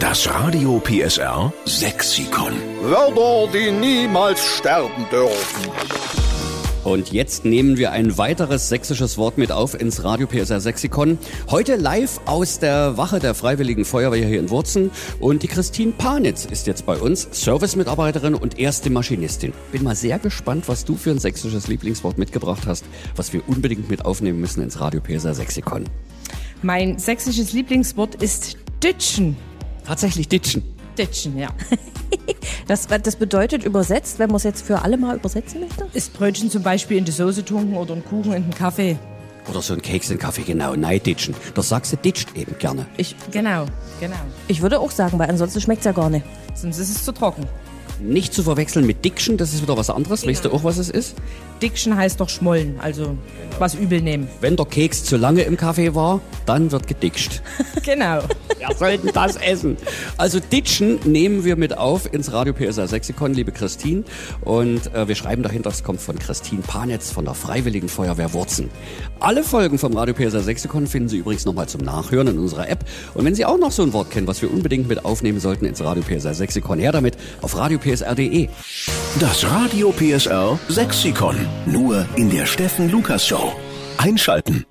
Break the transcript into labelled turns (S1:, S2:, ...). S1: Das Radio PSR Sexikon.
S2: Wörter, die niemals sterben dürfen.
S3: Und jetzt nehmen wir ein weiteres sächsisches Wort mit auf ins Radio PSR Sexikon. Heute live aus der Wache der Freiwilligen Feuerwehr hier in Wurzen. Und die Christine Panitz ist jetzt bei uns, Service-Mitarbeiterin und erste Maschinistin. Bin mal sehr gespannt, was du für ein sächsisches Lieblingswort mitgebracht hast, was wir unbedingt mit aufnehmen müssen ins Radio PSR Sexikon.
S4: Mein sächsisches Lieblingswort ist Ditschen.
S3: Tatsächlich ditschen.
S4: Ditschen, ja.
S5: Das, das bedeutet übersetzt, wenn man es jetzt für alle mal übersetzen möchte?
S4: Ist Brötchen zum Beispiel in die Soße tunken oder einen Kuchen in den Kaffee?
S3: Oder so ein Keks in Kaffee, genau. Nein, ditschen. Das sagst du, ditcht eben gerne.
S4: Ich, genau, genau.
S5: Ich würde auch sagen, weil ansonsten schmeckt es ja gar nicht.
S4: Sonst ist es zu trocken.
S3: Nicht zu verwechseln mit Diction, das ist wieder was anderes. Weißt du auch, was es ist?
S4: Diction heißt doch schmollen, also was übel nehmen.
S3: Wenn der Keks zu lange im Kaffee war, dann wird geditscht.
S4: Genau.
S3: Wir sollten das essen. Also Ditschen nehmen wir mit auf ins Radio PSA Sexikon, liebe Christine. Und äh, wir schreiben dahinter, es kommt von Christine Panetz von der Freiwilligen Feuerwehr Wurzen. Alle Folgen vom Radio PSA Sexikon finden Sie übrigens nochmal zum Nachhören in unserer App. Und wenn Sie auch noch so ein Wort kennen, was wir unbedingt mit aufnehmen sollten ins Radio PSA Sexikon, her damit auf radiopsr.de.
S1: Das Radio PSR Sexikon. Nur in der Steffen Lukas Show. Einschalten.